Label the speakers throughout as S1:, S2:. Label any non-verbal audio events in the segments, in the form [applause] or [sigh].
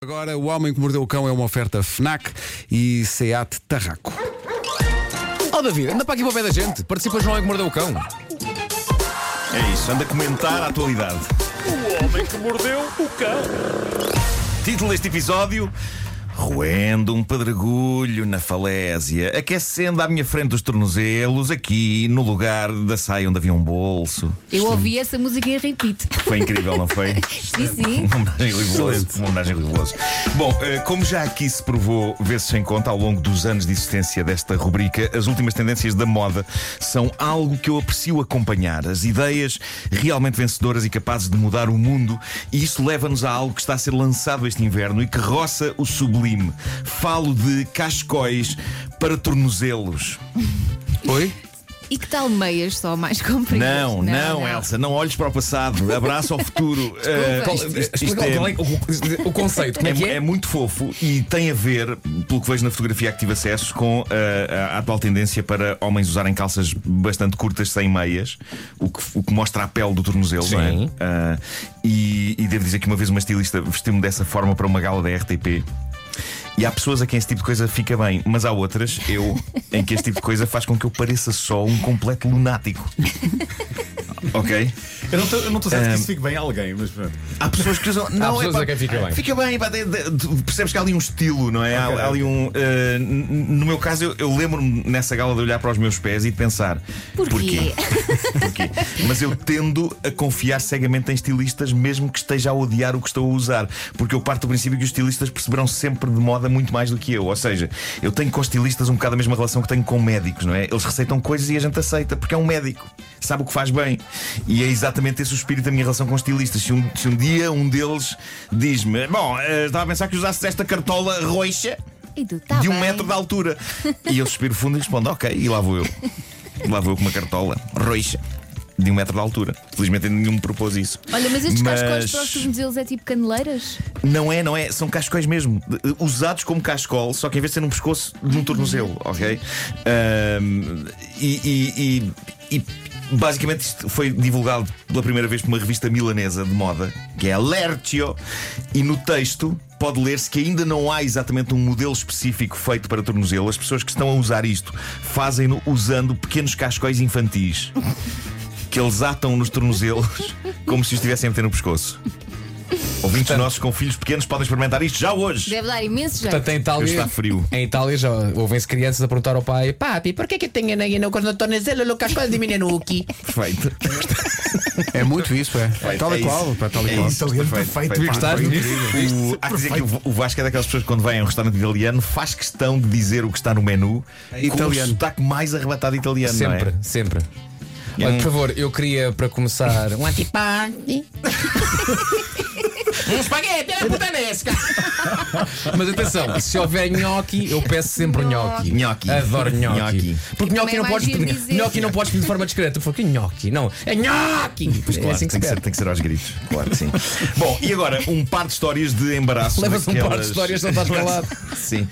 S1: Agora, O Homem que Mordeu o Cão é uma oferta FNAC e SEAT Tarraco.
S2: Oh David, anda para aqui para o pé da gente. Participas no Homem que Mordeu o Cão.
S3: É isso, anda a comentar a atualidade.
S4: O homem que mordeu o cão.
S3: Título deste episódio: Roendo um pedregulho na falésia, aquecendo à minha frente os tornozelos, aqui no lugar da saia onde havia um bolso.
S5: Eu ouvi essa música em repeat.
S3: Foi incrível, não foi?
S5: Sim, sim.
S3: Uma [laughs] homenagem rigorosa. Uma homenagem rigorosa. Bom, eh, como já aqui se provou, vê-se em conta ao longo dos anos de existência desta rubrica, as últimas tendências da moda são algo que eu aprecio acompanhar. As ideias realmente vencedoras e capazes de mudar o mundo. E isso leva-nos a algo que está a ser lançado este inverno e que roça o sublime. Falo de cascóis para tornozelos.
S1: Oi?
S5: E que tal meias só mais compridas?
S3: Não, não, Elsa, não olhes para o passado, abraça ao [laughs] futuro. Eh,
S5: Qual-
S3: isto- isto
S2: Explica lá
S3: é-
S2: qual é o, o conceito. Como é que
S3: É,
S2: é?
S3: é muito fofo e tem a ver, pelo que vejo na fotografia que tive acesso, com eh, a, a atual tendência para homens usarem calças bastante curtas sem meias, o que, o que mostra a pele do tornozelo, não é?
S2: Sim.
S3: Ah, e, e devo dizer que uma vez uma estilista vestiu-me dessa forma para uma gala da RTP. E há pessoas a quem esse tipo de coisa fica bem, mas há outras, eu, em que esse tipo de coisa faz com que eu pareça só um completo lunático. [laughs] ok?
S6: Eu não estou certo que isso fique bem a alguém, mas pronto.
S3: Há pessoas que usam. Não,
S2: pessoas
S3: é, pá,
S2: a quem fica bem.
S3: Fica bem, pá, de- de- de- percebes que há ali um estilo, não é? Há, há ali um. eh, n- no meu caso, eu, eu lembro-me nessa gala de olhar para os meus pés e de pensar.
S5: Porquê?
S3: Porquê? [laughs] Mas eu tendo a confiar cegamente em estilistas, mesmo que esteja a odiar o que estou a usar. Porque eu parto do princípio que os estilistas perceberão sempre de moda muito mais do que eu. Ou seja, eu tenho com estilistas um bocado a mesma relação que tenho com médicos, não é? Eles receitam coisas e a gente aceita, porque é um médico. Sabe o que faz bem. E é exatamente esse o espírito da minha relação com estilistas. Se um, se um dia um deles diz-me: Bom, eh, estava a pensar que usasses esta cartola roxa
S5: E tu, tá
S3: de um
S5: bem.
S3: metro de altura. E eu suspiro fundo e respondo: Ok, e lá vou eu. Lá vou eu com uma cartola roxa de um metro de altura. Felizmente ainda nenhum me propôs isso.
S5: Olha, mas estes
S3: Mas-
S5: cascóis para os tornozelos é tipo caneleiras?
S3: Não é, não é. São cascóis mesmo. De- Usados como cascol, só que em vez de ser um pescoço de um tornozelo, ok? Ahm, e. e- e- e Basicamente, isto foi divulgado pela primeira vez por uma revista milanesa de moda, que é a Lercio, e no texto pode ler-se que ainda não há exatamente um modelo específico feito para tornozelo. As pessoas que estão a usar isto fazem-no usando pequenos cascóis infantis que eles atam nos tornozelos como se os estivessem a meter no pescoço. Ouvintes nossos com filhos pequenos podem experimentar isto já hoje.
S5: Deve dar imenso jeito.
S2: Portanto, em
S3: Hoje
S2: Itália.
S3: está frio.
S2: Em Itália já ouvem-se crianças a perguntar ao pai: Papi, por que que tem aí no tornozelo é o cascóis de minunuki?
S3: Perfeito.
S1: É muito isso, é. Tal e
S3: É
S1: qual,
S3: isso.
S1: pá, tal e
S3: É
S1: qual.
S3: isso. Perfeito.
S2: Tu gostaste disso?
S3: O, há que dizer que o- o Vasco é daquelas pessoas que quando vai a um restaurante italiano faz questão de dizer o que está no menu com o
S1: É Italiano.
S3: sotaque mais arrebatado italiano,
S2: Sempre,
S3: não
S2: sempre.
S3: é?
S2: Olha, por
S3: um,
S2: favor, eu queria para começar
S3: [laughs]
S2: um
S5: Ah,
S2: antipasti. Um espaguete
S3: é
S2: à putanesca. [laughs] Mas atenção, se houver gnocchi, eu peço sempre gnocchi.
S3: Gnocchi.
S2: Adoro gnocchi.
S3: Gnocchi.
S2: Porque gnocchi
S5: Também
S2: não
S5: é
S2: podes
S5: mais giro
S2: pedir.
S5: dizer.
S2: Gnocchi não podes pedir de forma discreta. Porque gnocchi, não. É gnocchi. é
S3: claro,
S2: assim que
S3: tem,
S2: se
S3: que ser,
S2: pede.
S3: tem que ser aos gritos. Claro que sim. [laughs] Bom, e agora, um par de histórias de embaraço.
S2: Leva-se um par de
S3: daquelas-
S2: histórias, não estás calado.
S3: [laughs] Sim,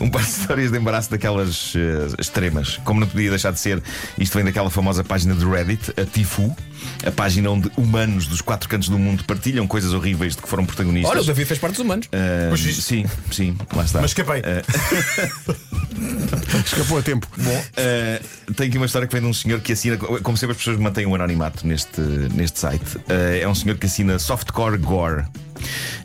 S3: um, um par de histórias de embaraço daquelas eh, extremas. Como não podia deixar de ser, isto vem daquela famosa página do Reddit, a Tifu, a página onde humanos dos quatro cantos do mundo partilham coisas horríveis de que foram protagonistas.
S2: Ora, o David fez parte dos humanos.
S3: Ah, sim, sim, lá está.
S6: Mas escapei.
S1: Escapou a tempo. Bom.
S3: Uh, tenho aqui uma história que vem de um senhor que assina, como sempre, as pessoas mantêm um anonimato neste, neste site. Uh, é um senhor que assina softcore gore.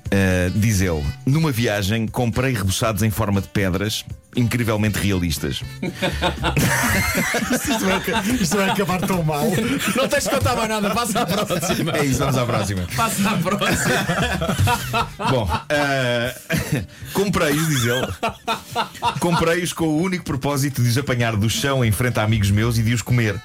S3: Uh, diz ele: Numa viagem comprei reboçados em forma de pedras, incrivelmente realistas.
S6: Isto vai acabar tão mal.
S2: Não tens de contar mais nada, passa à próxima.
S3: [laughs] É isso, vamos à próxima.
S2: Passa à próxima.
S3: Bom, uh, [laughs] comprei-os, diz ele. Comprei-os com o único propósito de os apanhar do chão em frente a amigos meus e de os comer.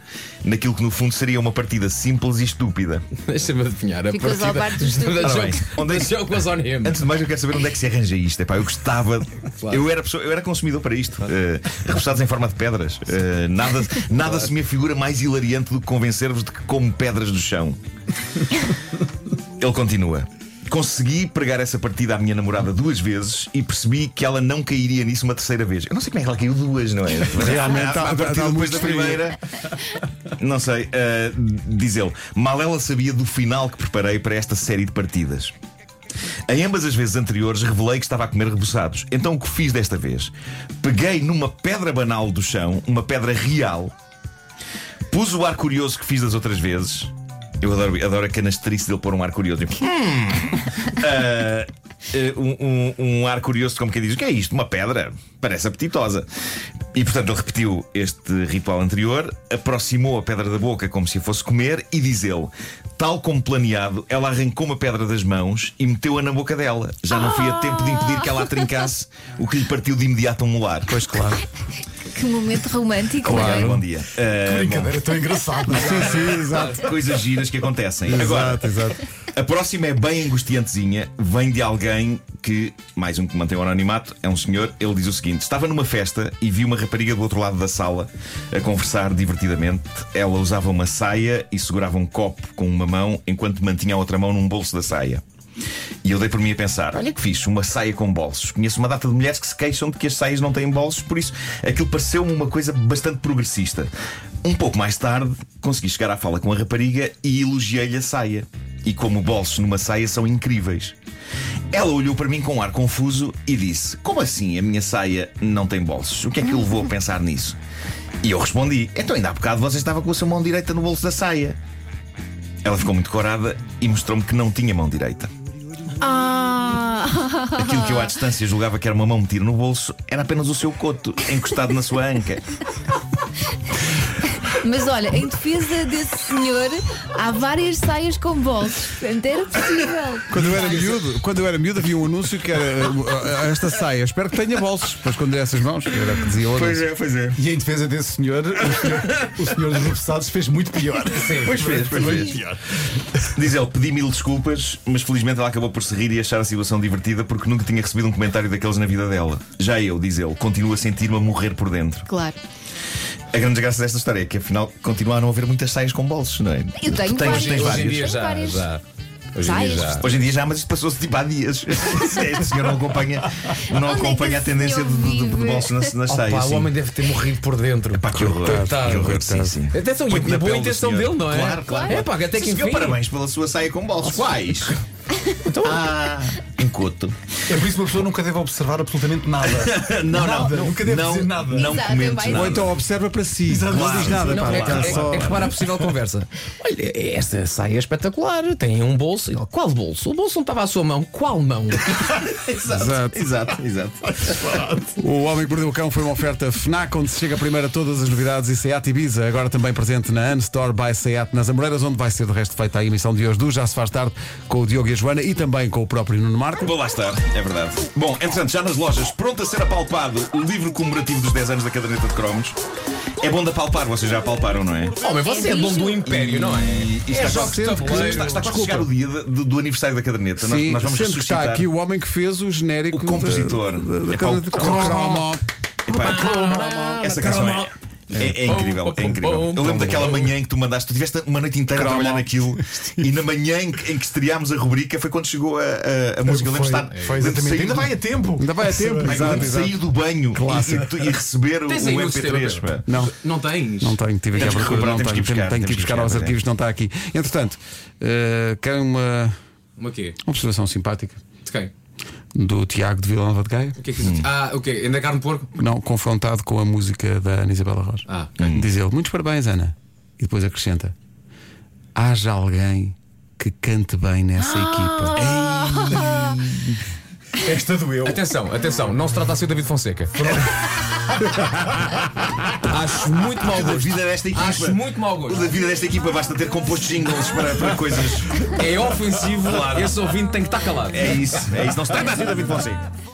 S3: Naquilo que no fundo seria uma partida simples e estúpida.
S2: [laughs] Deixa-me adivinhar. A
S5: Ficas ao par
S2: [laughs]
S5: dos
S2: partida
S5: estudos.
S2: da
S3: Ora bem,
S2: jogo-
S3: onde é
S2: da
S3: que-
S2: jogo com a Zonem.
S3: Antes de mais, eu quero saber onde é que se arranja isto. Epá, eu gostava.
S2: Claro.
S3: Eu, era pessoa- eu era consumidor para isto. Eh, reboçados em forma de pedras. Eh, nada nada se me afigura mais hilariante do que convencer-vos de que como pedras do chão. Ele continua. Consegui pregar essa partida à minha namorada duas vezes e percebi que ela não cairia nisso uma terceira vez. Eu não sei como é que ela caiu duas, não é?
S1: [laughs] Realmente,
S3: a,
S1: tá-
S3: a
S1: tá
S3: partida depois
S1: muito
S3: da primeira. Não sei, eh, diz ele. Mal ela sabia do final que preparei para esta série de partidas. Em ambas as vezes anteriores revelei que estava a comer reboçados. Então o que fiz desta vez? Peguei numa pedra banal do chão, uma pedra real, pus o ar curioso que fiz das outras vezes. Eu adoro, adoro a canastrice dele pôr um ar curioso. Tipo, "Hum." [laughs] Ah, eh, um, um- um ar curioso, como quem diz: O que é isto? Uma pedra? Parece apetitosa. E portanto ele repetiu este ritual anterior, aproximou a pedra da boca como se a fosse comer e diz ele: Tal como planeado, ela arrancou uma pedra das mãos e meteu-a na boca dela. Já não fui a tempo de impedir que ela a trincasse, o que lhe partiu de imediato um molar. Pois claro.
S5: Que momento romântico, não é?
S3: Bom dia. Ah,
S6: Brincadeira é tão engraçada.
S1: Sim, sim, exato.
S3: bom, coisas giras que acontecem. Agora,
S1: Exato, exato.
S3: A próxima é bem angustiantezinha, vem de alguém que, mais um que mantém o anonimato, é um senhor. Ele diz o seguinte: Estava numa festa e vi uma rapariga do outro lado da sala a conversar divertidamente. Ela usava uma saia e segurava um copo com uma mão enquanto mantinha a outra mão num bolso da saia. E eu dei por mim a pensar: olha que fixe, uma saia com bolsos. Conheço uma data de mulheres que se queixam de que as saias não têm bolsos, por isso aquilo pareceu-me uma coisa bastante progressista. Um pouco mais tarde, consegui chegar à fala com a rapariga e elogiei-lhe a saia. E como bolsos numa saia são incríveis. Ela olhou para mim com um ar confuso e disse: Como assim a minha saia não tem bolsos? O que é que eu levou a pensar nisso? E eu respondi: Então ainda há bocado você estava com a sua mão direita no bolso da saia. Ela ficou muito corada e mostrou-me que não tinha mão direita.
S5: Ah,
S3: Aquilo que eu à distância julgava que era uma mão metida no bolso era apenas o seu coto, encostado na sua anca.
S5: mas olha, em defesa desse senhor, há várias saias com bolsos. Portanto, era possível.
S1: Quando eu, era miúdo, quando eu era miúdo havia um anúncio que era eh, esta saia. Espero que tenha bolsos para esconder essas mãos. que Era o que dizia o anúncio.
S3: é, pois é.
S6: E em defesa desse senhor, o senhor, o senhor dos repassados fez muito pior. Sim,
S3: Pois fez, pois fez.
S6: pior.
S3: Diz ele, pedi mil desculpas, mas felizmente ela acabou por se rir e achar a situação divertida porque nunca tinha recebido um comentário daqueles na vida dela. Já eu, diz ele, continuo a sentir-me a morrer por dentro.
S5: Claro.
S3: A grande desgraça desta história é que afinal continua a não haver muitas saias com bolsos, não é?
S5: Eu
S3: Tu tens,
S5: tenho várias.
S3: tens
S5: Hoje
S2: Hoje em
S3: várias.
S2: dia
S5: Tem
S2: já.
S5: várias.
S2: já. Hoje em dia
S5: Várias.
S2: já.
S3: Hoje em dia já, mas isto passou-se tipo há
S5: [laughs]
S3: dias. Este senhor não acompanha, não
S5: Onde é que
S3: acompanha a
S5: esse
S3: tendência
S5: senhor
S3: de, de, de
S5: vive?
S3: bolsos nas, nas
S2: Opa,
S3: saias.
S2: o
S3: sim.
S2: homem deve ter morrido por dentro.
S3: Pá, que horror. que horror, sim,
S2: coitado.
S3: sim.
S2: Atenção, e
S3: Põe-te na
S2: a boa
S3: pele do
S2: intenção
S3: senhor.
S2: dele, não é?
S3: Claro, claro.
S2: É pá, até que
S3: Sim, senhor,
S2: enfim. Então,
S3: parabéns pela sua saia com bolsos. [laughs] Quais? Ah, um coto.
S6: É por isso que uma pessoa nunca deve observar absolutamente nada. [laughs]
S3: Não, não,
S6: Nada,
S3: não.
S6: nunca deve
S3: não,
S6: dizer nada.
S3: Não
S5: Exato, é
S3: comentes
S5: bem.
S1: Ou
S3: nada.
S1: então observa para si.
S6: Exato,
S1: Não
S6: claro.
S1: diz nada.
S2: Não,
S1: pá,
S2: é,
S1: lá,
S2: que- é,
S1: só-
S2: é que repara a possível conversa. Olha, esta saia é espetacular, tem um bolso. Ele, Qual bolso? O bolso não estava à sua mão. Qual
S5: [laughs]
S2: mão?
S1: Exato.
S3: Exato, exato, exato.
S1: O Homem que Mordeu o Cão foi uma oferta FNAC, onde se chega primeiro a todas as novidades e Seat Ibiza, agora também presente na Unstore by Seat nas Amoreiras, onde vai ser de resto feita a emissão de hoje do Já Se Faz Tarde com o Diogo e a Joana e também com o próprio Nuno Marco.
S3: Vou lá estar, é verdade. Bom, entretanto, já nas lojas, pronto a ser apalpado o livro comemorativo dos 10 anos da caderneta de cromos. É bom de apalpar, vocês já apalparam, não é?
S2: Homem, você é dono do império, não é?
S3: E está,
S2: É
S3: quase-
S2: jogos de tabuleiro.
S3: está, está quase a
S2: Desculpa.
S3: chegar o dia de- do, do aniversário da caderneta. Nós-
S1: Sim,
S3: nós, vamos
S1: sendo que
S3: ressuscitar.
S1: está aqui o homem que fez o genérico.
S3: O compositor.
S1: da- da- da-
S3: É Paulo
S1: da-
S3: Cromo.
S1: Cromo.
S3: Epá, essa canção é. É, é incrível, é incrível. Eu lembro daquela manhã em que tu mandaste, tu tiveste uma noite inteira a trabalhar naquilo e na manhã em que, em que estreámos a rubrica foi quando chegou a, a, a música. Lembro de estar.
S6: Foi
S3: lembro de
S6: exatamente.
S3: sair
S6: Ainda
S3: do-
S6: vai a tempo.
S1: Ainda vai a
S6: Sim.
S1: tempo.
S3: Ai, lembro
S1: Exato,
S3: de
S1: exato.
S3: sair do banho e, e- e receber o,
S2: Tens aí no
S3: MP3.
S2: sistema,
S3: pá.
S1: Não.
S2: Não tens?
S1: Não tenho, tive aqui a
S3: Temos
S1: procura, não
S3: que recuperar,
S1: tenho,
S3: temos que ir
S1: tenho,
S3: buscar,
S1: tenho que ir
S3: temos que
S1: buscar
S3: ir
S1: aos
S3: buscar, é?
S1: arquivos, não está aqui. Entretanto, eh, querem uma,
S2: Hum. Uma quê?
S1: uma observação simpática
S2: De quem?
S1: do Tiago de Vila Nova de Gaia?
S2: O que é que Ah, o quê? Ainda carne de porco?
S1: Não, confrontado com a música da Ana Isabela Rocha. Hum.
S2: Ah,
S1: Diz ele, muitos parabéns, Ana. E depois acrescenta: haja alguém que cante bem nessa equipa.
S6: Esta doeu.
S2: Atenção, atenção, não se trata assim o
S3: [laughs]
S2: David Fonseca. Acho muito mau
S3: O da
S2: gosto.
S3: vida desta equipa.
S2: tá. Acho muito mau
S3: O
S2: gosto.
S3: da vida desta equipa basta ter composto jingles para, para coisas.
S2: É ofensivo, esse ouvinte tem que estar calado.
S3: É isso, é isso. Não se trata assim, David Fonseca.